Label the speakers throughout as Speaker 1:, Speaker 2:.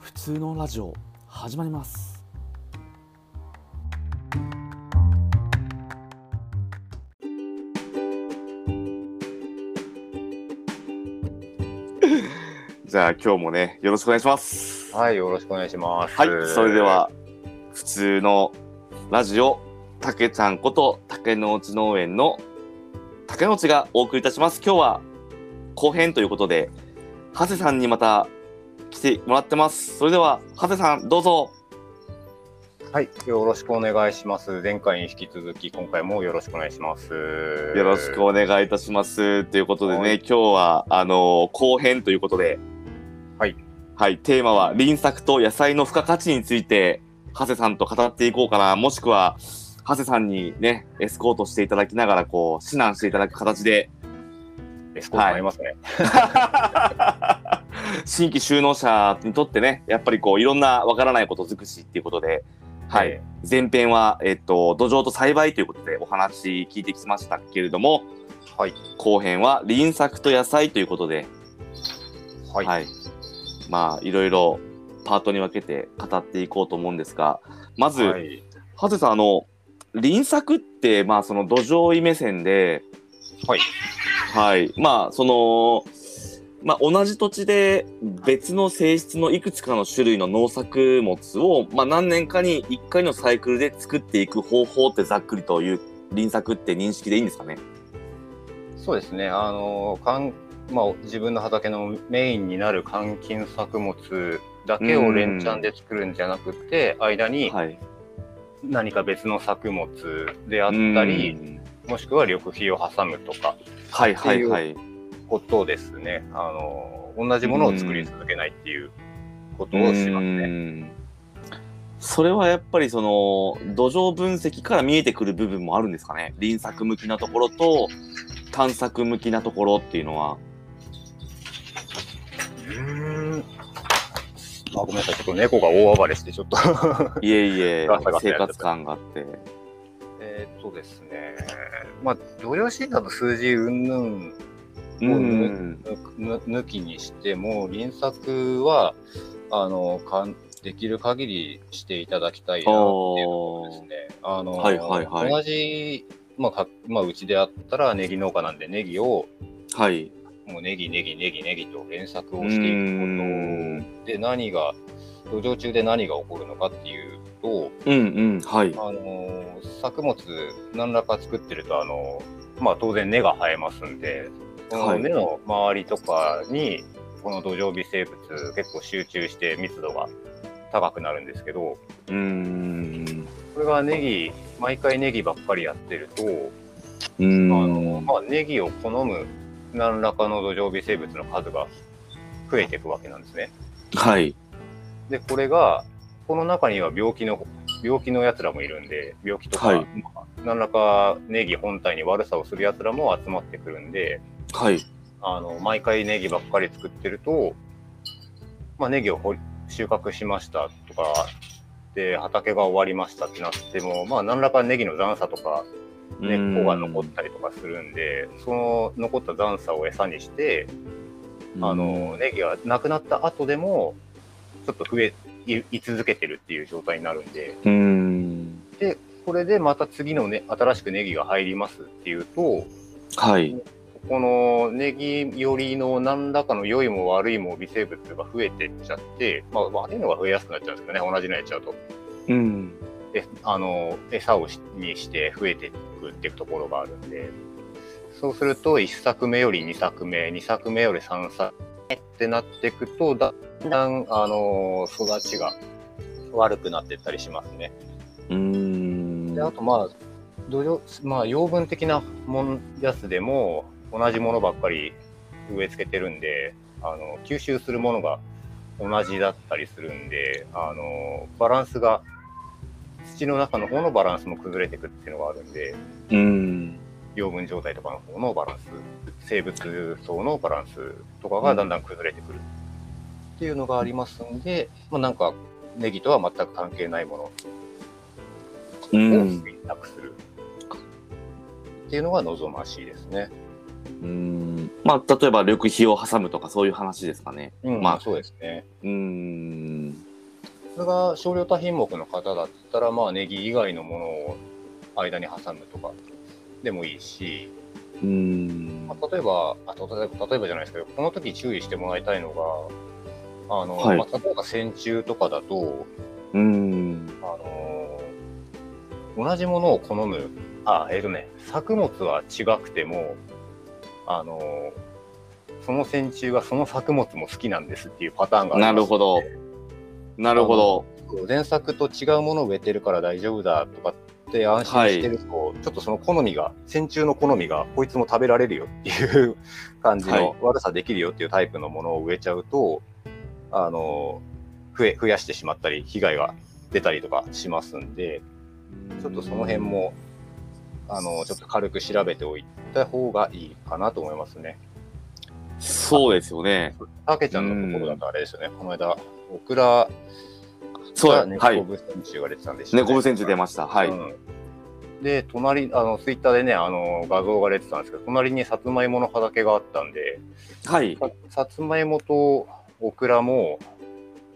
Speaker 1: 普通のラジオ始まります
Speaker 2: じゃあ今日もねよろしくお願いします。
Speaker 3: はい、よろしくお願いします。
Speaker 2: はい、それで。は普通のラジオたけちゃんこと竹之内農園の竹之内がお送りいたします。今日は後編ということで長谷さんにまた来てもらってます。それでは長谷さんどうぞ。
Speaker 3: はい、よろしくお願いします。前回に引き続き、今回もよろしくお願いします。
Speaker 2: よ
Speaker 3: よ
Speaker 2: ろしくお願いいたします。ということで
Speaker 3: は
Speaker 2: ね、
Speaker 3: い
Speaker 2: 今日は、あのー後編ということで、
Speaker 3: はい。
Speaker 2: はい、テーマは、輪作と野菜の付加価値について、長谷さんと語っていこうかな、もしくは、長谷さんにね、エスコートしていただきながら、こう、指南していただく形で、
Speaker 3: エスコートになりますね。
Speaker 2: 新規収納者にとってね、やっぱりこう、いろんなわからないこと尽くしっていうことで、はい、
Speaker 3: え
Speaker 2: 前編は、えっと、土壌と栽培ということでお話聞いてきましたけれども、
Speaker 3: はい、
Speaker 2: 後編は輪作と野菜ということで、
Speaker 3: ー。はい。
Speaker 2: はい、まあいろいろパートに分けて語っていこうと思うんですがまず、
Speaker 3: は
Speaker 2: ハ
Speaker 3: い。
Speaker 2: ゼさんあの輪作って、まあ、その土壌医目線で、
Speaker 3: はい。
Speaker 2: はいまあそのまあ、同じ土地で別の性質のいくつかの種類の農作物を、まあ、何年かに1回のサイクルで作っていく方法ってざっくりという輪作って認識でいいんですかね
Speaker 3: そうですね。あの、かん、まあ、自分の畑のメインになる換金作物だけを連チャンで作るんじゃなくて、間に
Speaker 2: はい、
Speaker 3: 何か別の作物であったり、
Speaker 2: うん
Speaker 3: もしくは緑肥を挟むとか、
Speaker 2: はいはいはい。
Speaker 3: ことですね。あの、同じものを作り続けないっていうことをしますね。
Speaker 2: ね。それはやっぱりその土壌分析から見えてくる部分もあるんですかね輪作向きなところと探索向きなところっていうのは
Speaker 3: うん。あ、ごめんなさい。ちょっと猫が大暴れして、ちょっと。
Speaker 2: いえいえ
Speaker 3: ガサガサ
Speaker 2: 生
Speaker 3: やっちゃった
Speaker 2: 活感があって
Speaker 3: えーっとですね。まあ、土曜審査の数字云々
Speaker 2: う
Speaker 3: うん
Speaker 2: ん
Speaker 3: ぬ抜きにしても、輪作は、あの、かんできる限りしていただきたいなっていうことですね。あの、
Speaker 2: はいはいはい
Speaker 3: 同じ、まあ、かまあ、うちであったらネギ農家なんでネギを、
Speaker 2: はい
Speaker 3: もうネギネギネギネギと連作をしていくことで何が土壌中で何が起こるのかっていうと、
Speaker 2: うんうんはい
Speaker 3: あのー作物何らか作ってると、あのーまあ、当然根が生えますんでそ
Speaker 2: は
Speaker 3: の
Speaker 2: い
Speaker 3: 根の周りとかにこの土壌微生物結構集中して密度が高くなるんですけど
Speaker 2: うん
Speaker 3: これがネギ毎回ネギばっかりやってると、
Speaker 2: うん
Speaker 3: あのまあ、ネギを好む何らかの土壌微生物の数が増えていくわけなんですね。
Speaker 2: はい
Speaker 3: でこれがこの中には病気の病気のやつらもいるんで病気とか、
Speaker 2: はい
Speaker 3: まあ何らかネギ本体に悪さをするやつらも集まってくるんで
Speaker 2: はい
Speaker 3: あの毎回ネギばっかり作ってると、まあ、ネギを掘り収穫しましたとかで畑が終わりましたってなっても、まあ、何らかネギの残差とか根っこが残ったりとかするんで、その残った残差を餌にして、あのネギがなくなった後でもちょっと増えいい続けてるっていう状態になるんで
Speaker 2: うん
Speaker 3: これでまた次の、ね、新しくネギが入りますっていうとこ
Speaker 2: はい
Speaker 3: このネギよりの何らかの良いも悪いも微生物が増えてっちゃって、まあ、悪いのが増えやすくなっちゃうんですけどね同じのやっちゃうと。
Speaker 2: うん
Speaker 3: えあの餌をしにして増えていくっていうところがあるんでそうすると1作目より2作目2作目より3作目ってなっていくとだんだんあの育ちが悪くなっていったりしますね。
Speaker 2: うん
Speaker 3: であとまあ土壌、まあ、養分的なもんやつでも同じものばっかり植え付けてるんであの吸収するものが同じだったりするんであのバランスが土の中の方のバランスも崩れてくっていうのがあるんで
Speaker 2: うん
Speaker 3: 養分状態とかの方のバランス生物層のバランスとかがだんだん崩れてくるっていうのがありますんで、まあ、なんかネギとは全く関係ないもの
Speaker 2: う
Speaker 3: を
Speaker 2: ん
Speaker 3: 選択するっていうのが望ましいですね。
Speaker 2: うんまあ例えば緑肥を挟むとかそういう話ですかね。
Speaker 3: うん、
Speaker 2: ま
Speaker 3: ま
Speaker 2: あ
Speaker 3: あそうですね。
Speaker 2: うん
Speaker 3: それが少量多品目の方だったら、まあ、ネギ以外のものを間に挟むとかでもいいし、
Speaker 2: うん
Speaker 3: まあ、例えばあと例えば、例えばじゃないですけど、この時注意してもらいたいのが、あの
Speaker 2: はい
Speaker 3: まあ、例えば線虫とかだと、
Speaker 2: うん
Speaker 3: あの同じものを好む、あ、えっ、とね、作物は違くても、あのその線虫がその作物も好きなんですっていうパターンがあります
Speaker 2: なるほど。なるほど。
Speaker 3: 前作と違うものを植えてるから大丈夫だとかって安心してると、ちょっとその好みが、線虫の好みが、こいつも食べられるよっていう感じ
Speaker 2: はい
Speaker 3: の、悪さできるよっていうタイプのものを植えちゃうと、あの、増え、増やしてしまったり、被害が出たりとかしますんで、ちょっとその辺も、あの、ちょっと軽く調べておいた方がいいかなと思いますね。
Speaker 2: そうですよね。
Speaker 3: たけちゃんのところだとあれですよね、この間、オクラ
Speaker 2: そう
Speaker 3: が
Speaker 2: は
Speaker 3: 猫
Speaker 2: い。
Speaker 3: ブ線虫が出てたんでしたね
Speaker 2: 猫ブセンチ出ました。はい。
Speaker 3: うんで隣あのツイッターでねあの画像が出てたんですけど隣にさつまいもの畑があったんで
Speaker 2: はい。
Speaker 3: ささつまいもとオクラも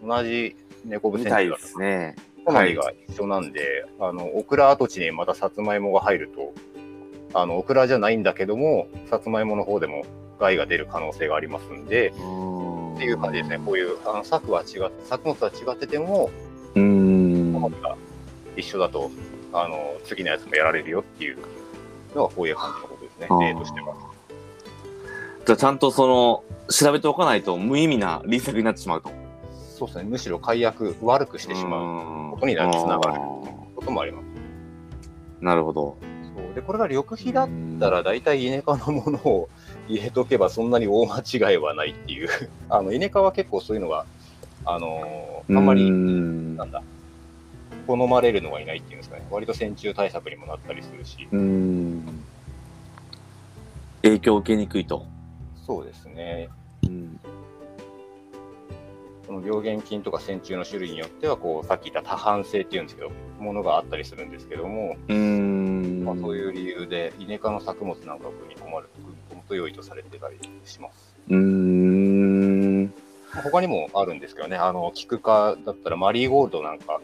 Speaker 3: 同じ猫
Speaker 2: み
Speaker 3: 伏
Speaker 2: た
Speaker 3: 線
Speaker 2: い
Speaker 3: だ
Speaker 2: で
Speaker 3: と
Speaker 2: すね。
Speaker 3: 好みが一緒なんで、あのオクラ跡地にまたさつまいもが入るとあのオクラじゃないんだけどもさつまいもの方でも害が出る可能性がありますんで
Speaker 2: っ
Speaker 3: っていう感じですねこういうあの作は違っ作物は違ってても
Speaker 2: うーん。
Speaker 3: 好みが一緒だと、あの次のやつもやられるよっていうのがこういう感じのことですね
Speaker 2: あ、ー
Speaker 3: 例としては。
Speaker 2: じゃあちゃんとその、調べておかないと無意味なリスクになってしまうと。
Speaker 3: そうですね、むしろ解約、悪くしてしま
Speaker 2: ま
Speaker 3: うことになるつながる
Speaker 2: る。
Speaker 3: こともあります。
Speaker 2: なるほど。
Speaker 3: そうでこれが緑肥だったら、大体稲科のものを入れとけば、そんなに大間違いはないっていう、 あの稲科は結構そういうのが、あのーあんま
Speaker 2: う
Speaker 3: り、
Speaker 2: ん
Speaker 3: なんだ、好まれるのがいないっていうんですかね、割と線虫対策にもなったりするし、
Speaker 2: うーん。影響を受けにくいと。
Speaker 3: そうですね、
Speaker 2: うん
Speaker 3: この病原菌とか線虫の種類によってはこうさっき言った多汎性っていうんですけどものがあったりするんですけども、
Speaker 2: うーん。
Speaker 3: まあ、そういう理由でイネ科の作物なんかを組み込まれ組み込むと良いとされてたりします、
Speaker 2: うーん。
Speaker 3: まあ他にもあるんですけどねあのキク科だったらマリーゴールドなんか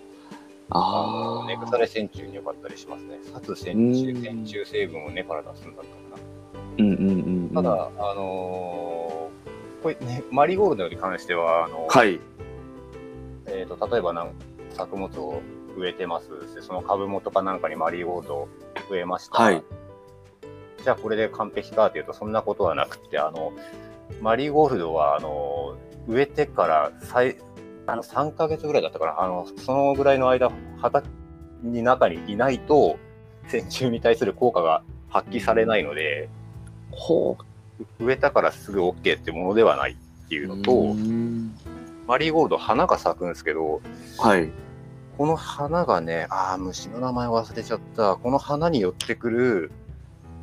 Speaker 3: あ
Speaker 2: あ
Speaker 3: の
Speaker 2: あ。
Speaker 3: 根腐れ線虫に良かったりしますね殺線虫
Speaker 2: うん
Speaker 3: 線虫成分を根から出すんだったか
Speaker 2: うんうんうんうん。
Speaker 3: なただ、あのーこれね、マリーゴールドに関してはあの、
Speaker 2: はい。
Speaker 3: えー、と例えばなん作物を植えてますでその株元かなんかにマリーゴールドを植えました、
Speaker 2: はい
Speaker 3: じゃあこれで完璧かというとそんなことはなくてあのマリーゴールドはあの植えてから最あの3ヶ月ぐらいだったかなあのそのぐらいの間畑に中にいないと線虫に対する効果が発揮されないので
Speaker 2: ほ
Speaker 3: 植えたからすぐ OK ってものではないっていうのと、
Speaker 2: うん
Speaker 3: マリーゴールド花が咲くんですけど
Speaker 2: はい。
Speaker 3: この花がね、ああ、虫の名前忘れちゃった。この花に寄ってくる、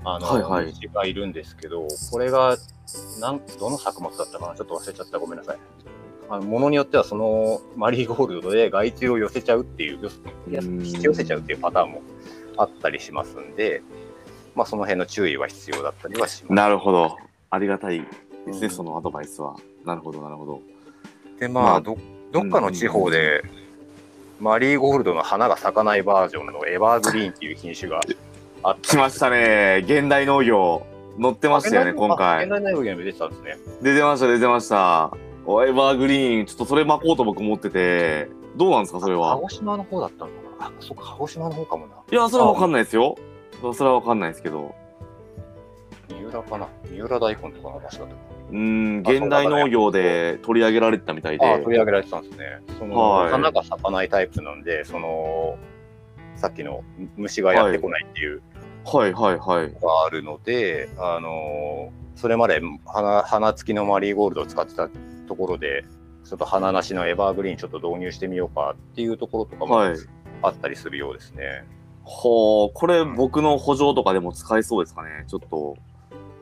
Speaker 3: あの、
Speaker 2: はいはい
Speaker 3: 虫がいるんですけど、これが、なん、どの作物だったかなちょっと忘れちゃった。ごめんなさい。あのものによっては、その、マリーゴールドで害虫を寄せちゃうっていう、寄せ
Speaker 2: うん
Speaker 3: 引き寄せちゃうっていうパターンもあったりしますんで、まあ、その辺の注意は必要だったりはします。
Speaker 2: なるほど。ありがたいですね、
Speaker 3: うん
Speaker 2: そのアドバイスは。なるほど、なるほど。
Speaker 3: で、
Speaker 2: ま
Speaker 3: ま
Speaker 2: あ
Speaker 3: あ、ど、どっかの地方で、マリーゴールドの花が咲かないバージョンのエバーグリーンっていう品種があったり
Speaker 2: 来ましたね。現代農業。乗ってましたよね、今回。
Speaker 3: あ現代農業にも出てたんですね。
Speaker 2: 出てました、出てました。おエバーグリーン、ちょっとそれ巻こうと僕思ってて。どうなんですか、それ
Speaker 3: 鹿
Speaker 2: は。
Speaker 3: 児島の方だったのかなあ、そっか、鹿児島の方かもな。
Speaker 2: いや、それはわかんないですよ。それはわかんないですけど。
Speaker 3: 三浦かな三浦大根とかの場所だっ
Speaker 2: うーん、現代農業で取り上げられてたみたい
Speaker 3: たかなあ
Speaker 2: で
Speaker 3: 取。り上げられてたんですね。その、
Speaker 2: はい
Speaker 3: 花が咲かないタイプなんで、その、さっきの虫がやってこないっていう
Speaker 2: はいはいはい。
Speaker 3: のがあるので、あのーそれまで花花付きのマリーゴールドを使ってたところで、ちょっと花なしのエバーグリーンちょっと導入してみようかっていうところとかも
Speaker 2: はい。
Speaker 3: あったりするようですね。
Speaker 2: ほう、これ僕の補助とかでも使えそうですかね。ちょっと、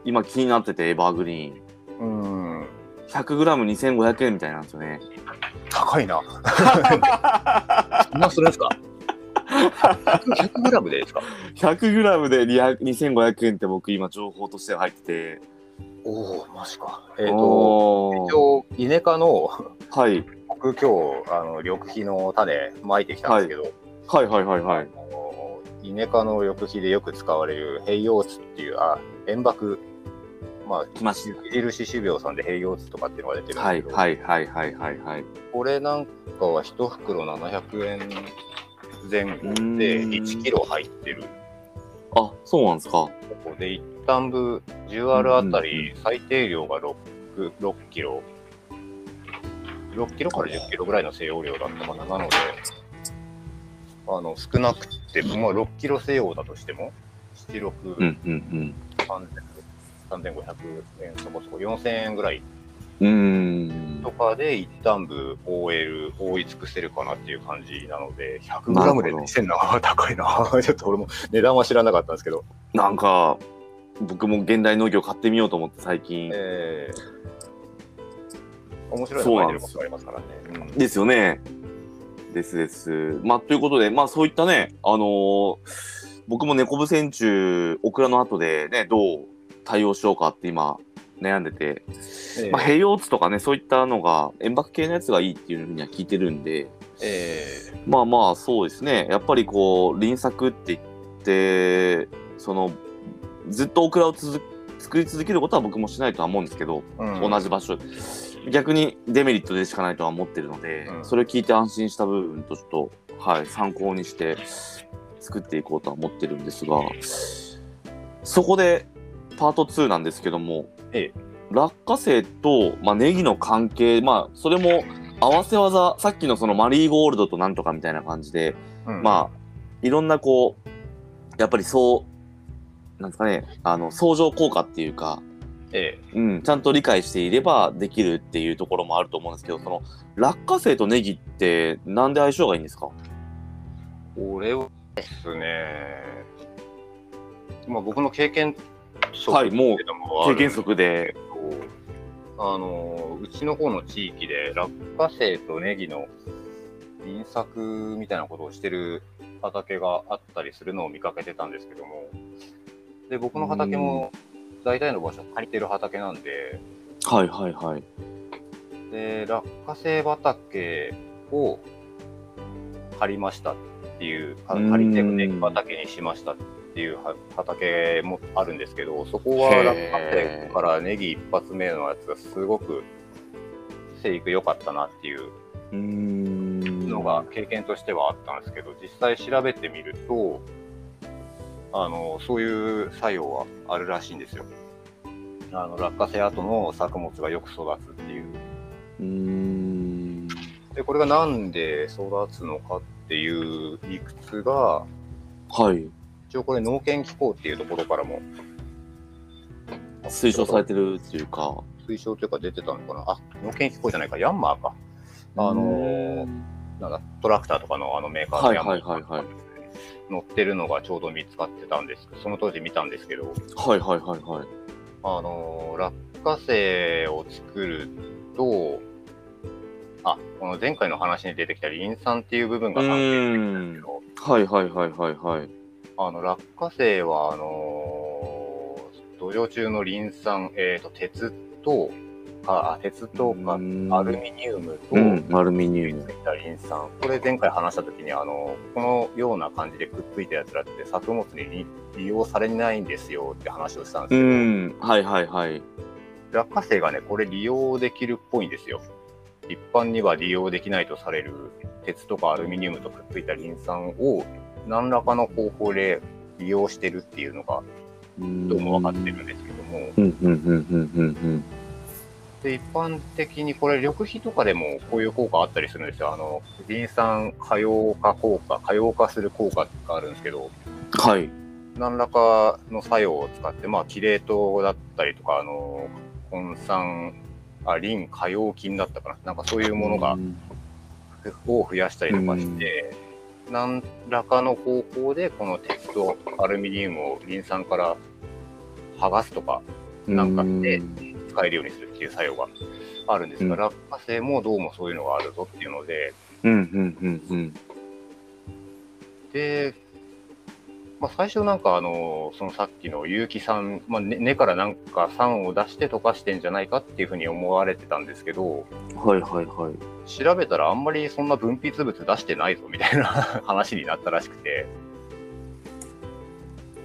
Speaker 2: 今気になってて、エバーグリーン。
Speaker 3: うん、
Speaker 2: 100g2500 円みた いなんですよね。
Speaker 3: 高いな。そんなするんですか100グラムでですか
Speaker 2: 100g で200 2500円って僕今情報としては入ってて
Speaker 3: おお、マジか。えっ、と、
Speaker 2: お
Speaker 3: 一
Speaker 2: ー
Speaker 3: 応、イネ科の、
Speaker 2: はい
Speaker 3: 僕今日、あの、緑肥の種、まいてきたんですけど、
Speaker 2: はいはいはいはい
Speaker 3: あのイネ科の緑肥でよく使われる併用土っていう、あ、塩爆、まあ、
Speaker 2: 来まし
Speaker 3: 印種苗さんで併用土とかっていうのが出てる
Speaker 2: た
Speaker 3: んで
Speaker 2: は
Speaker 3: す
Speaker 2: い
Speaker 3: けど、
Speaker 2: はいはいはいはいはい
Speaker 3: これなんかは1袋700円前後で
Speaker 2: うーん
Speaker 3: 1キロ入ってる。
Speaker 2: あそうなんですか
Speaker 3: ここで一旦部 10R あたり最低量が 6, 6キロ。6キロから10キロぐらいの西洋量だったかな。なので、あの、少なくても、まあ、6キロ西洋だとしても、7、6、
Speaker 2: うんうん
Speaker 3: 3000 3500円そこそこ4000円ぐらい
Speaker 2: うんうーん
Speaker 3: とかで一旦部終える、覆い尽くせるかなっていう感じなので、100g で2000円は高いな。 ちょっと俺も値段は知らなかったんですけど、
Speaker 2: なんか僕も現代農業買ってみようと思って最近
Speaker 3: えー、面白いのが出てることがありますからね。うん
Speaker 2: ですよね。ですです。まあ、ということで、まあ、そういったね、あのー僕も猫伏線中、オクラの後でね、どう対応しようかって今、悩んでて、
Speaker 3: えー
Speaker 2: まあ、併用つとかね、そういったのが、塩爆系のやつがいいっていうふうには聞いてるんで、
Speaker 3: えー
Speaker 2: まあまあ、そうですね。やっぱりこう、輪作って言って、その、ずっとオクラを続作り続けることは僕もしないとは思うんですけど、
Speaker 3: うん
Speaker 2: 同じ場所逆にデメリットでしかないとは思ってるので、
Speaker 3: うん
Speaker 2: それを聞いて安心した部分とちょっと、はい、参考にして作っていこうとは思ってるんですがそこでパート2なんですけども、
Speaker 3: ええ
Speaker 2: 落花生と、まあ、ネギの関係、まあ、それも合わせ技さっきのそのマリーゴールドとなんとかみたいな感じで、
Speaker 3: うん
Speaker 2: まあいろんなこうやっぱりそうなんですかねあの相乗効果っていうか、
Speaker 3: え
Speaker 2: うん、ちゃんと理解していればできるっていうところもあると思うんですけど、その落花生とネギってなんで相性がいいんですか？
Speaker 3: ー俺はですね、まあ、僕の経験則
Speaker 2: はいもう
Speaker 3: っていのもある
Speaker 2: 経験則で、
Speaker 3: あのうちの方の地域で落花生とネギの輪作みたいなことをしてる畑があったりするのを見かけてたんですけどもで僕の畑も大体の場所借りてる畑なんで
Speaker 2: はいはいはい。
Speaker 3: で落花生畑を借りましたっていうあ
Speaker 2: うん
Speaker 3: 借りてネギ畑にしましたっていうは畑もあるんですけどそこは
Speaker 2: へー
Speaker 3: 落花生からネギ一発目のやつがすごく生育良かったなっていう
Speaker 2: うーん
Speaker 3: のが経験としてはあったんですけど実際調べてみるとあのそういう作用はあるらしいんですよ。あの落花生後の作物がよく育つっていう
Speaker 2: うーん
Speaker 3: でこれがなんで育つのかっていう理屈が
Speaker 2: はい
Speaker 3: 一応これ農研機構っていうところからも
Speaker 2: 推奨されてるっていうか、
Speaker 3: 推奨というか出てたのかなあ農研機構じゃないかヤンマーかあのなんだトラクターとかのあのメーカー
Speaker 2: は
Speaker 3: の
Speaker 2: い
Speaker 3: ヤンマ
Speaker 2: は
Speaker 3: ー
Speaker 2: いはいはい
Speaker 3: 乗ってるのがちょうど見つかってたんですその当時見たんですけど
Speaker 2: はいはいはいはい。
Speaker 3: あの落花生を作るとあこの前回の話に出てきたリン酸っていう部分が関係してくるんですけど
Speaker 2: はいはいはいはいはい。
Speaker 3: あの落花生はあのー土壌中のリン酸、えー、と鉄とかあ鉄とか
Speaker 2: うん
Speaker 3: アルミニウムと、
Speaker 2: うんアルミニウム。
Speaker 3: ついたリン酸これ前回話した時にあのこのような感じでくっついたやつらって作物に利利用されないんですよって話をしたんで
Speaker 2: う
Speaker 3: すけど、
Speaker 2: んはいはいはい。
Speaker 3: 落花生がねこれ利用できるっぽいんですよ一般には利用できないとされる鉄とかアルミニウムとくっついたリン酸を何らかの方法で利用してるっていうのがどうも分かってるんですけども、
Speaker 2: うんうんうんうんうんうん。
Speaker 3: で一般的にこれ、緑肥とかでもこういう効果あったりするんですよ、あのリン酸可溶化効果、可溶化する効果があるんですけど、
Speaker 2: はい。
Speaker 3: 何らかの作用を使って、まあ、キレートだったりとか、あの根酸あ、リン可溶菌だったかな、なんかそういうものが、を増やしたりとかして、何らかの方法でこの鉄とアルミニウムをリン酸から剥がすとか、なんかで
Speaker 2: うん
Speaker 3: 使えるようにするっていう作用があるんですが、
Speaker 2: うん
Speaker 3: 落花生もどうもそういうのがあるぞっていうので、
Speaker 2: うんうんうんうん。
Speaker 3: で、まあ、最初なんかあの、そのさっきの結城さん、まあ、根根からなんか酸を出して溶かしてんじゃないかっていうふうに思われてたんですけど、
Speaker 2: はいはいはい。
Speaker 3: 調べたらあんまりそんな分泌物出してないぞみたいな 話になったらしくて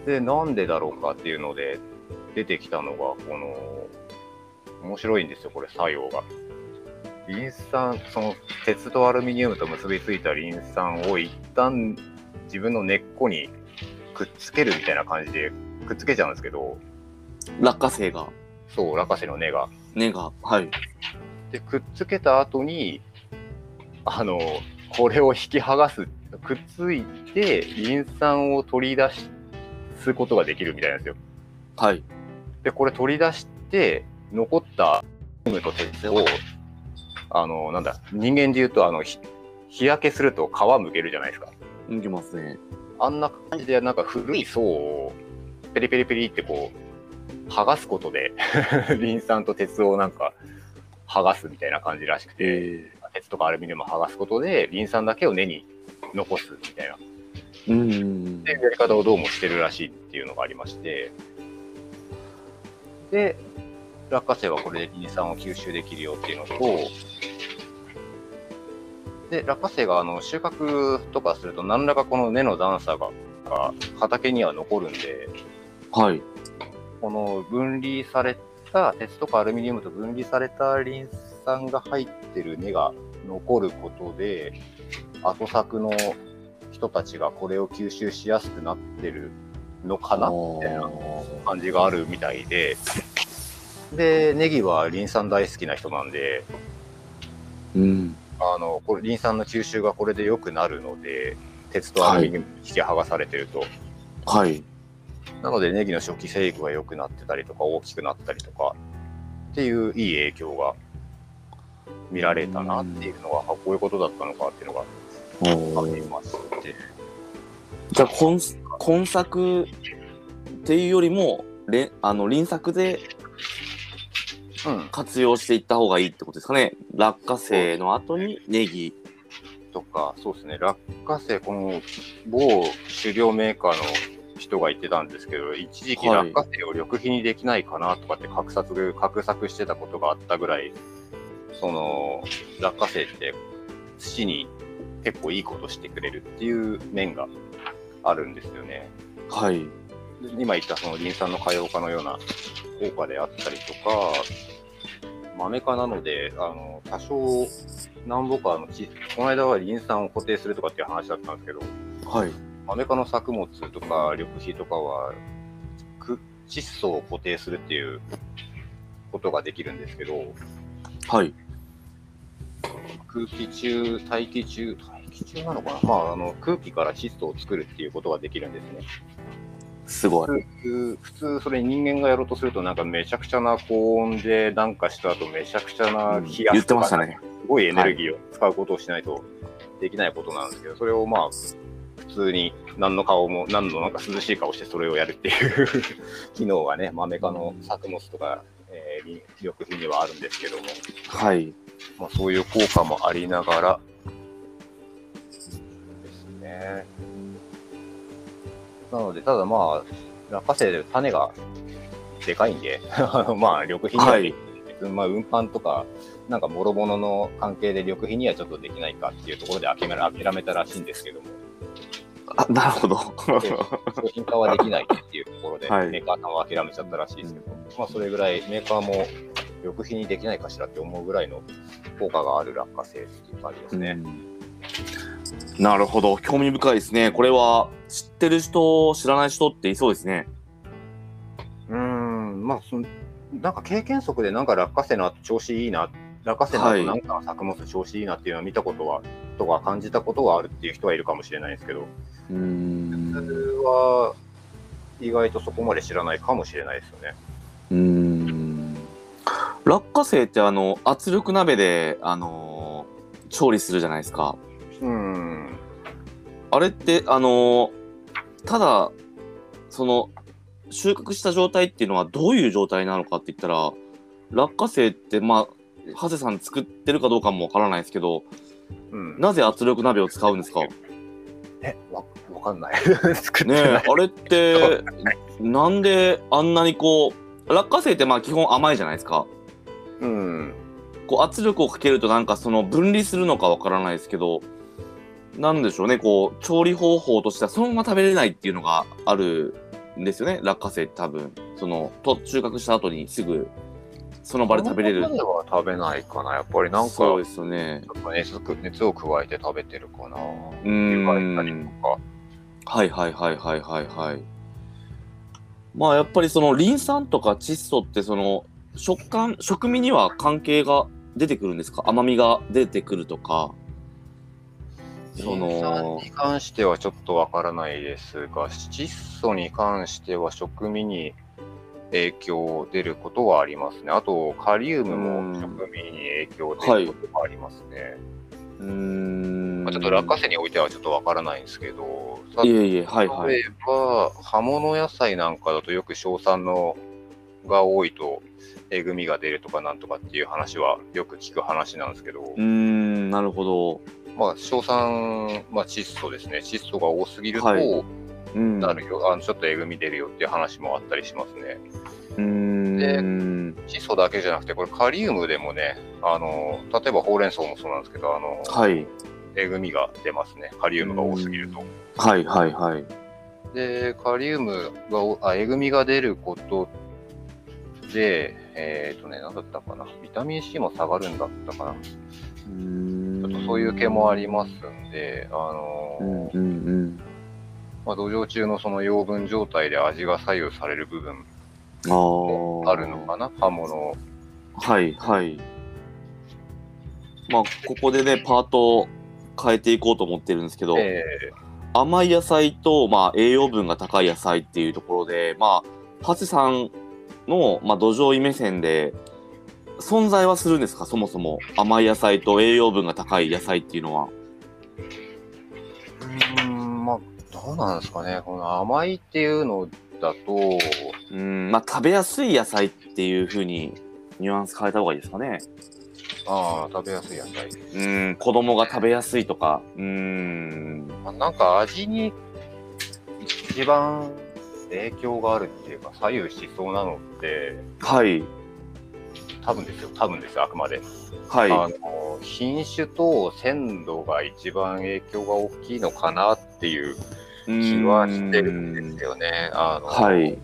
Speaker 3: でなんでだろうかっていうので出てきたのがこの面白いんですよこれ作用がリン酸その鉄とアルミニウムと結びついたリン酸を一旦自分の根っこにくっつけるみたいな感じでくっつけちゃうんですけど
Speaker 2: 落花生が、
Speaker 3: そう落花生の根が
Speaker 2: 根が、はい。
Speaker 3: でくっつけた後にあのこれを引き剥がすくっついてリン酸を取り出すことができるみたいなんですよ
Speaker 2: はい。
Speaker 3: でこれ取り出して残ったゴムと鉄をあのなんだ人間でいうとあのひ日焼けすると皮むけるじゃないですか
Speaker 2: 抜けますね。
Speaker 3: あんな感じでなんか古い層をペリペリペリってこう剥がすことで リン酸と鉄をなんか剥がすみたいな感じらしくて、
Speaker 2: え
Speaker 3: 鉄とかアルミニウムを剥がすことでリン酸だけを根に残すみたいな
Speaker 2: えうん
Speaker 3: っていうやり方をどうもしてるらしいっていうのがありましてで落花生はこれでリン酸を吸収できるよっていうのとで落花生があの収穫とかすると何らかこの根の段差がが畑には残るんで
Speaker 2: はい。
Speaker 3: この分離された鉄とかアルミニウムと分離されたリン酸が入ってる根が残ることで後作の人たちがこれを吸収しやすくなってるのかなみたいな感じがあるみたいででネギはリン酸大好きな人なんで
Speaker 2: うん。
Speaker 3: あのこれリン酸の吸収がこれで良くなるので鉄とアルミニウム引き剥がされてると、
Speaker 2: はい。
Speaker 3: なのでネギの初期生育が良くなってたりとか大きくなったりとかっていういい影響が見られたなっていうのはあこういうことだったのかっていうのが
Speaker 2: お
Speaker 3: あり
Speaker 2: ー
Speaker 3: まして
Speaker 2: じゃあ、今今作っていうよりも、れあの輪作で
Speaker 3: うん
Speaker 2: 活用していった方がいいってことですかね。落花生の後にネギ。
Speaker 3: とかそうですね落花生この某狩猟メーカーの人が言ってたんですけど一時期
Speaker 2: はい
Speaker 3: 落花生を緑肥にできないかなとかって画策画策してたことがあったぐらいその落花生って土に結構いいことしてくれるっていう面があるんですよね。
Speaker 2: はい。
Speaker 3: 今言ったそのリン酸の可用化のような効果であったりとか、豆科なので、あの多少、なんぼかあのち、この間はリン酸を固定するとかっていう話だったんですけど、
Speaker 2: はい。
Speaker 3: 豆科の作物とか緑肥とかは、く窒素を固定するっていうことができるんですけど、
Speaker 2: はい。
Speaker 3: 空気中、大気中、大気中なのかな、まあ、あの空気から窒素を作るっていうことができるんですね。
Speaker 2: すごい。
Speaker 3: 普通それ人間がやろうとするとなんかめちゃくちゃな高温でなんかした後めちゃくちゃな
Speaker 2: うん
Speaker 3: 冷
Speaker 2: 言
Speaker 3: や
Speaker 2: っ
Speaker 3: す
Speaker 2: て
Speaker 3: と
Speaker 2: まし
Speaker 3: か
Speaker 2: た
Speaker 3: す
Speaker 2: ね。
Speaker 3: ごいエネルギーを使うことをしないとできないことなんですけどそれをまあ普通に何の顔も何のなんか涼しい顔してそれをやるっていう 機能がね豆科の作物とか、えー、緑肥にはあるんですけども、
Speaker 2: はい。
Speaker 3: まあ、そういう効果もありながらですね。なので、ただまあ、落花生で種がでかいんで、 あのまあ、緑肥には、
Speaker 2: はい。
Speaker 3: まあ、運搬とか、なんか諸々の関係で緑肥にはちょっとできないかっていうところで諦め諦めたらしいんですけども、
Speaker 2: あ、なるほど。
Speaker 3: 商品化はできないっていうところで、
Speaker 2: はい
Speaker 3: メーカーさんは諦めちゃったらしいですけど、まあ、それぐらいメーカーも緑肥にできないかしらって思うぐらいの効果がある落花生っていう感じですね。
Speaker 2: うんなるほど興味深いですねこれは知ってる人知らない人っていそうですね
Speaker 3: うーん、まあその、なんか経験則で、なんか落花生の後調子いいな、落花生の
Speaker 2: は
Speaker 3: 後
Speaker 2: い
Speaker 3: なんか作物調子いいなっていうのを見たことは、とか感じたことはあるっていう人はいるかもしれないですけど、
Speaker 2: う
Speaker 3: 普通
Speaker 2: ん
Speaker 3: は意外とそこまで知らないかもしれないですよね。
Speaker 2: うん落花生ってあの圧力鍋であのー調理するじゃないですか
Speaker 3: うーん、
Speaker 2: あれってあのーただその収穫した状態っていうのはどういう状態なのかって言ったら落花生ってまあ長谷さん作ってるかどうかもわからないですけど
Speaker 3: うん。
Speaker 2: なぜ圧力鍋を使うんですか
Speaker 3: え、わ、わかんない。 作って
Speaker 2: ね
Speaker 3: ない。
Speaker 2: えあれってなんであんなにこう落花生ってまあ基本甘いじゃないですか
Speaker 3: うん。
Speaker 2: こう圧力をかけるとなんかその分離するのかわからないですけどなんでしょうねこう調理方法としてはそのまま食べれないっていうのがあるんですよね落花生って多分そのと収穫した後にすぐその場で食べれる
Speaker 3: そのままでは食べないかな。やっぱりなんか、
Speaker 2: そうですよね
Speaker 3: やっぱ熱く熱を加えて食べてるかな。
Speaker 2: う
Speaker 3: 湯が
Speaker 2: ん
Speaker 3: いたりとか。
Speaker 2: はいはいはいはいはいはい。まあやっぱりそのリン酸とか窒素ってその食感食味には関係が出てくるんですか甘みが出てくるとかそ
Speaker 3: リン酸
Speaker 2: の
Speaker 3: に関してはちょっとわからないですが、窒素に関しては食味に影響出ることはありますね。あと、カリウム
Speaker 2: うん
Speaker 3: も食味に影響出ることがありますね。
Speaker 2: うーん
Speaker 3: まあ、ちょっと落花生においてはちょっとわからないんですけど、さ
Speaker 2: い
Speaker 3: 例
Speaker 2: えいえはいはい
Speaker 3: えば、葉物野菜なんかだとよく硝酸のが多いと、えぐみが出るとかなんとかっていう話はよく聞く話なんですけど、
Speaker 2: うーんなるほど
Speaker 3: まあ、硝酸、まあ、窒素ですね、窒素が多すぎると、
Speaker 2: はいうん
Speaker 3: なるよ、あのちょっとえぐみ出るよっていう話もあったりしますね。
Speaker 2: うーん
Speaker 3: 窒素だけじゃなくて、これカリウムでもね、あの例えばほうれん草もそうなんですけど、あの
Speaker 2: はい
Speaker 3: えぐみが出ますね、カリウムが多すぎると。
Speaker 2: はいはいはい
Speaker 3: で、カリウムがお、あえぐみが出ることで、えっ、とね、なんだったかな、ビタミン C も下がるんだったかな、ち
Speaker 2: うーん
Speaker 3: ょっとそういう系もありますんで、あの
Speaker 2: うんうんうん
Speaker 3: まあ、土壌中のその養分状態で味が左右される部分
Speaker 2: あ
Speaker 3: も
Speaker 2: ー
Speaker 3: あるのかな、刃物
Speaker 2: はいはい。まあここでねパートを変えていこうと思ってるんですけど、
Speaker 3: えー
Speaker 2: 甘い野菜と、まあ、栄養分が高い野菜っていうところでまあハチさんの、まあ、土壌医目線で存在はするんですかそもそも甘い野菜と栄養分が高い野菜っていうのは。
Speaker 3: うーん、まあ、どうなんですかね。この甘いっていうのだと、
Speaker 2: うんまあ食べやすい野菜っていうふうにニュアンス変えた方がいいですかね。
Speaker 3: ああ、食べやすい野菜。
Speaker 2: うん子供が食べやすいとか。うん
Speaker 3: まあ、なんか味に一番影響があるっていうか、左右しそうなのって、
Speaker 2: はい
Speaker 3: 多分ですよ、多分ですよ、あくまで。
Speaker 2: はい。
Speaker 3: あの品種と鮮度が一番影響が大きいのかなっていう気はしてるんですよね。あの
Speaker 2: はい。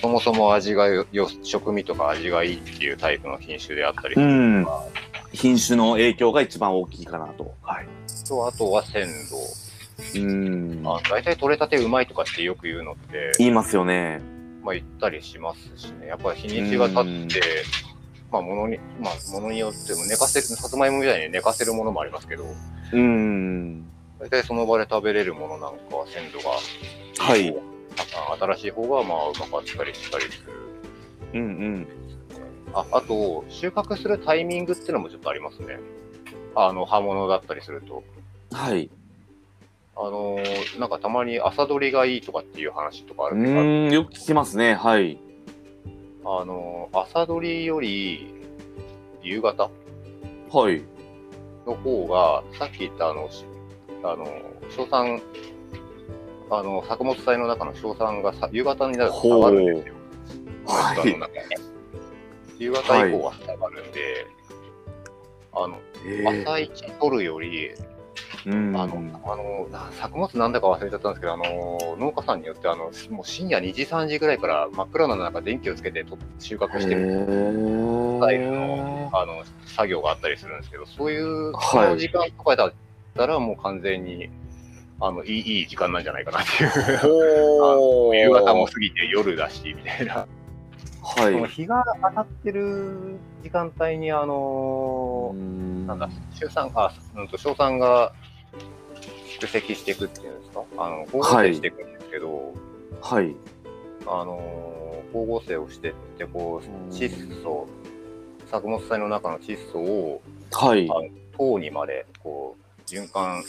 Speaker 3: そもそも味がよよ食味とか味がいいっていうタイプの品種であったりす
Speaker 2: う
Speaker 3: る
Speaker 2: ん。品種の影響が一番大きいかなと。は
Speaker 3: と、あとは鮮度。
Speaker 2: い。うん。
Speaker 3: あ大体取れたてうまいとかってよく言うのって、
Speaker 2: 言いますよね。
Speaker 3: まあ、言ったりしますしね、やっぱり日にちが経って、まあ、ものに、まあ、ものによっても寝かせる、さつまいもみたいに寝かせるものもありますけど、
Speaker 2: うん。
Speaker 3: 大体その場で食べれるものなんかは鮮度が、
Speaker 2: はい。
Speaker 3: あ新しい方がまあうまかったりしたりする。
Speaker 2: うん
Speaker 3: ああと、収穫するタイミングってのもちょっとありますね。あの、葉物だったりすると。
Speaker 2: うん。はい。
Speaker 3: あのーなんかたまに朝取りがいいとかっていう話とかあ
Speaker 2: う
Speaker 3: るんですが
Speaker 2: ん。よく聞きますね。はい。
Speaker 3: あの、朝取りより夕方
Speaker 2: はい。
Speaker 3: の方が、さっき言ったあの、しあの、硝酸、あの、作物体の中の硝酸がさ夕方になると下がるんですよ。
Speaker 2: は
Speaker 3: 体の
Speaker 2: い。
Speaker 3: 中に 夕方以降は下がるんで、
Speaker 2: え
Speaker 3: あの、朝一取るより、
Speaker 2: ーうん。
Speaker 3: あの、あの、な作物なんだか忘れちゃったんですけど、あの、農家さんによって、あの、もう深夜2時、3時ぐらいから真っ暗な中電気をつけてと収穫してるスタイル
Speaker 2: へ
Speaker 3: のあの作業があったりするんですけど、そういう
Speaker 2: はい
Speaker 3: その時間とかだったら、もう完全にあのいいいい時間なんじゃないかなっていう、
Speaker 2: おー。
Speaker 3: 夕方も過ぎて夜だしみたいな、その
Speaker 2: はい。
Speaker 3: 日が当たってる時間帯に、あの
Speaker 2: うん
Speaker 3: なんだ、硝酸あうんと硝酸が蓄積していくっていうんですか、あの光合成していくんですけど、
Speaker 2: はい。
Speaker 3: あの光合成をしてって、こう窒素、作物体の中の窒素を
Speaker 2: はい。
Speaker 3: 糖にまでこう循環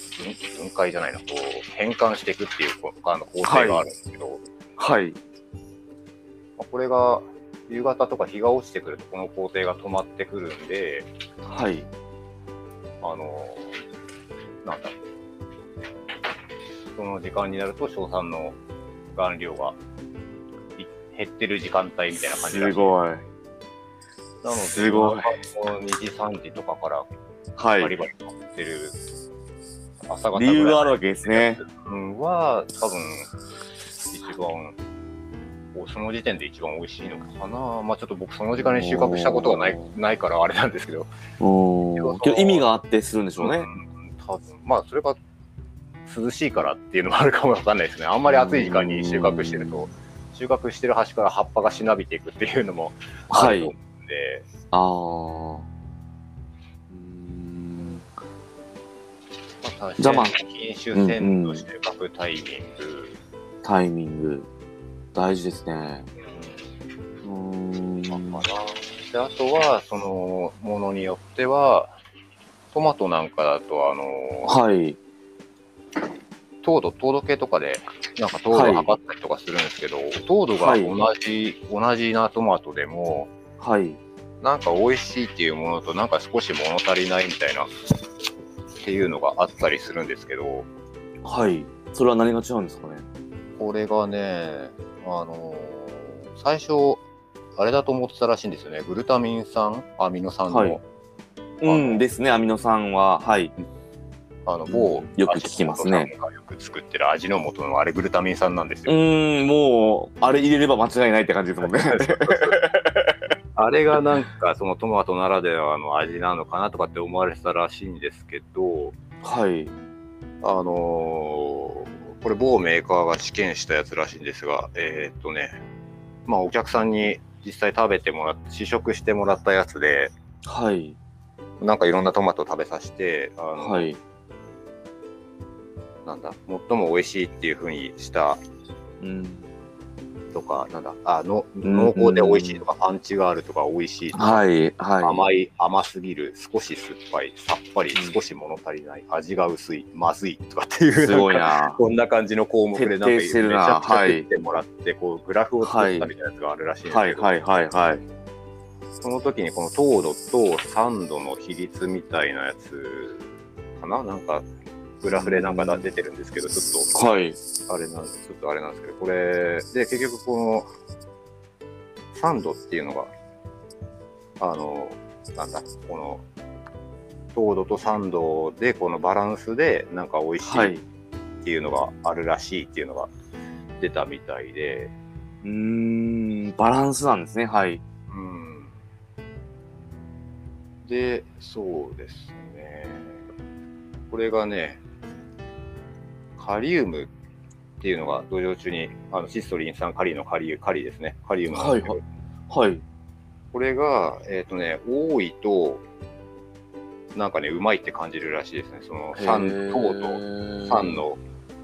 Speaker 3: 分分解じゃないなこう変換していくっていうこうあの工程があるんですけど、
Speaker 2: はい。
Speaker 3: まあこれが夕方とか日が落ちてくるとこの工程が止まってくるんで
Speaker 2: はい。
Speaker 3: あのなんだその時間になると硝酸の含量がい減ってる時間帯みたいな感じら
Speaker 2: す
Speaker 3: し
Speaker 2: ごい。
Speaker 3: なのです
Speaker 2: ごい
Speaker 3: もう2時3時とかから
Speaker 2: は
Speaker 3: バリ
Speaker 2: い。
Speaker 3: バリ買ってる、朝方ぐ
Speaker 2: 理
Speaker 3: らい
Speaker 2: 由があるわけですね。
Speaker 3: うんは多分一番おその時点で一番美味しいのかなまあちょっと僕その時間に収穫したことがない
Speaker 2: おー
Speaker 3: ないからあれなんですけど、
Speaker 2: おお。けど意味があってするんでしょう
Speaker 3: う
Speaker 2: ね。
Speaker 3: ん多分まあそれが涼しいからっていうのもあるかもわかんないですねあんまり暑い時間に収穫してると収穫してる端から葉っぱがしなびていくっていうのもあ
Speaker 2: は
Speaker 3: ると
Speaker 2: い
Speaker 3: 思。うんで、
Speaker 2: ああ。うーん
Speaker 3: まあ、
Speaker 2: じゃあまあ
Speaker 3: 品種選として各タイミング、
Speaker 2: タイミング、大事ですね。うーん。
Speaker 3: かな。で、あとは、その、ものによっては、トマトなんかだと、あの、
Speaker 2: はい。
Speaker 3: 糖度、糖度計とかで、なんか糖度
Speaker 2: はい
Speaker 3: 測ったりとかするんですけど、糖度が
Speaker 2: はい
Speaker 3: 同じ、同じなトマトでも、
Speaker 2: はい。
Speaker 3: なんか美味しいっていうものと、なんか少し物足りないみたいな、っていうのがあったりするんですけど、
Speaker 2: はい。それは何が違うんですかね。
Speaker 3: これがね、あの、最初、あれだと思ってたらしいんですよね。グルタミン酸、アミノ酸の、
Speaker 2: はいうんですね、アミノ酸は。はい。
Speaker 3: あの某、
Speaker 2: よく聞きますね。
Speaker 3: よく作ってる味の素のあれグルタミン酸なんです
Speaker 2: う
Speaker 3: よ。
Speaker 2: ーん、もう、あれ入れれば間違いないって感じですもんね。
Speaker 3: あれがなんかそのトマトならではの味なのかなとかって思われてたらしいんですけど、
Speaker 2: はい。
Speaker 3: あのーこれ某メーカーが試験したやつらしいんですが、えーっとね、まあお客さんに実際食べてもらって試食してもらったやつで、
Speaker 2: はい。
Speaker 3: なんかいろんなトマトを食べさせて、あの
Speaker 2: はい。
Speaker 3: なんだ最も美味しいっていう風にした
Speaker 2: うん。
Speaker 3: とか、なんだ、あの
Speaker 2: ん
Speaker 3: 濃厚で美味しいとか、パンチがあるとか、美味しいとか、
Speaker 2: はい。は
Speaker 3: 甘い、甘すぎる、少し酸っぱい、さっぱり、
Speaker 2: うん
Speaker 3: 少し物足りない、味が薄い、まずいとかってい
Speaker 2: い。
Speaker 3: う、
Speaker 2: すごい
Speaker 3: なんか
Speaker 2: な。
Speaker 3: こんな感じの項目で、なんか、め
Speaker 2: 徹底し
Speaker 3: ち
Speaker 2: てるな
Speaker 3: ゃくちゃ
Speaker 2: はい
Speaker 3: 切ってもらって、こう、グラフを作ったみたいなやつがあるらしいんです
Speaker 2: は
Speaker 3: け
Speaker 2: い。
Speaker 3: ど、
Speaker 2: はい。はい。はい。
Speaker 3: その時にこの糖度と酸度の比率みたいなやつかななんか、グラフでなんか出てるんですけど、ちょっと、
Speaker 2: はい。
Speaker 3: あれなんで、ちょっとあれなんですけど、これ、で、結局この、サンドっていうのが、あの、なんだ、この、糖度とサンドで、このバランスで、なんか美味し
Speaker 2: はいい
Speaker 3: っ。ていうのがあるらしいっていうのが出たみたいで、
Speaker 2: うーん、バランスなんですね。はい。
Speaker 3: うん。で、そうですね。これがね、カリウムっていうのが土壌中に、あのシストリン酸カリのカリウカリですね。カリウムなんですけど
Speaker 2: ははい。
Speaker 3: これが、えっ、とね、多いと、なんかね、うまいって感じるらしいですね。その酸、糖と
Speaker 2: と
Speaker 3: 酸。の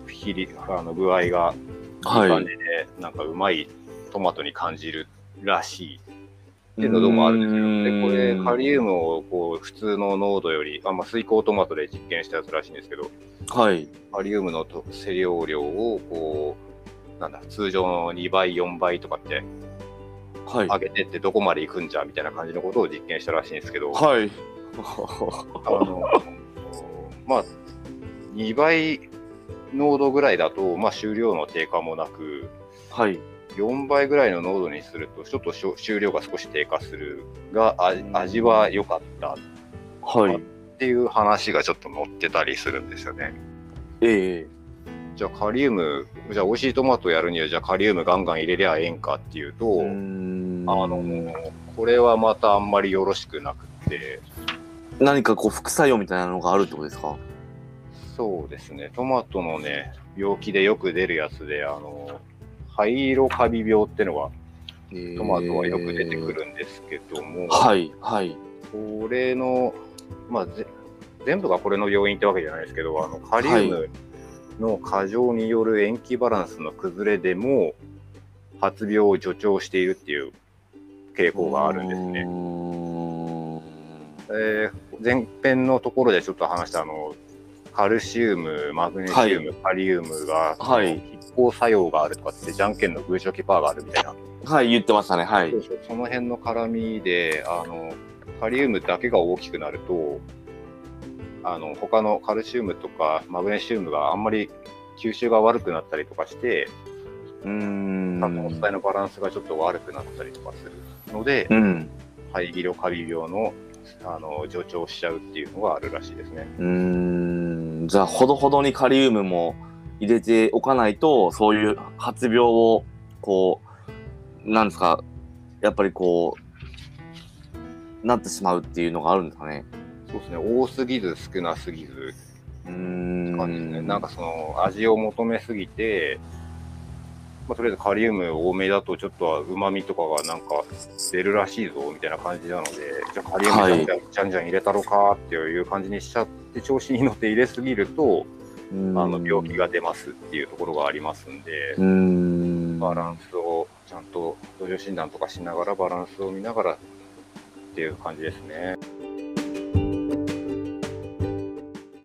Speaker 3: 比率あの具合がいい
Speaker 2: は
Speaker 3: 感
Speaker 2: い
Speaker 3: じ。で、なんかうまいトマトに感じるらしいっていうのもあるんです
Speaker 2: で
Speaker 3: でこれカリウムをこう普通の濃度よりあ、まあ、水耕トマトで実験したやつらしいんですけど
Speaker 2: はい。
Speaker 3: カリウムのと施量量をこうなんだ通常の2倍4倍とかって
Speaker 2: はい。
Speaker 3: 上げてってどこまでいくんじゃみたいな感じのことを実験したらしいんですけど、
Speaker 2: はい。
Speaker 3: あのまあ2倍濃度ぐらいだと、まあ、収量の低下もなく
Speaker 2: はい。
Speaker 3: 4倍ぐらいの濃度にするとちょっとしょ収量が少し低下するがあ味は良かった
Speaker 2: はい。
Speaker 3: っていう話がちょっと載ってたりするんですよね。
Speaker 2: ええ。
Speaker 3: じゃあカリウム、じゃあ美味しいトマトやるには、じゃあカリウムガンガン入れりゃええんかっていうと、
Speaker 2: うーん
Speaker 3: あのこれはまたあんまりよろしくなくって、
Speaker 2: 何かこう副作用みたいなのがあるってことですか
Speaker 3: そうですね、トマトのね、病気でよく出るやつで、あの、灰色カビ病ってのがト
Speaker 2: ト
Speaker 3: マトはよく出てく。るんですけども、
Speaker 2: はい。はい。
Speaker 3: これの、まあ、ぜ全部がこれの要因ってわけじゃないですけど、あのカリウムの過剰による塩基バランスの崩れでも、発病を助長しているっていう傾向があるんですね。
Speaker 2: ね。
Speaker 3: えー前編のところでちょっと話したあのカルシウム、マグネシウム、カリウムが、
Speaker 2: はい
Speaker 3: 拮抗作用があるとかって、じゃんけんの偶像キパーがあるみたいな
Speaker 2: はい、言ってましたね。はい
Speaker 3: そ。うそうその辺の絡みであのカリウムだけが大きくなるとあの他のカルシウムとかマグネシウムがあんまり吸収が悪くなったりとかして、
Speaker 2: うーん。
Speaker 3: なんかお伝えのバランスがちょっと悪くなったりとかするので、
Speaker 2: うん。
Speaker 3: 肺気量過敏病のあの助長しちゃうっていうのがあるらしいですね。
Speaker 2: うーん。じゃあ、ほどほどにカリウムも入れておかないと、そういう発病を、こう、なんですか、やっぱりこう、なってしまうっていうのがあるんですかね。
Speaker 3: そうですね多すぎず少なすぎず
Speaker 2: うー
Speaker 3: 感じですね、
Speaker 2: ん。
Speaker 3: なんか、その味を求めすぎて、まあ、とりあえずカリウム多めだとちょっとはうまみとかがなんか出るらしいぞみたいな感じなのでじゃあカリウム
Speaker 2: はい
Speaker 3: じゃんじゃん,、じゃんじゃん入れたろかっていう感じにしちゃって調子に乗って入れすぎると
Speaker 2: あ
Speaker 3: あの病気
Speaker 2: が。
Speaker 3: が出ますっていうところがありますんで。
Speaker 2: うーん。
Speaker 3: バランスをちゃんと土壌診断とかしながらバランスを見ながらっていう感じですね。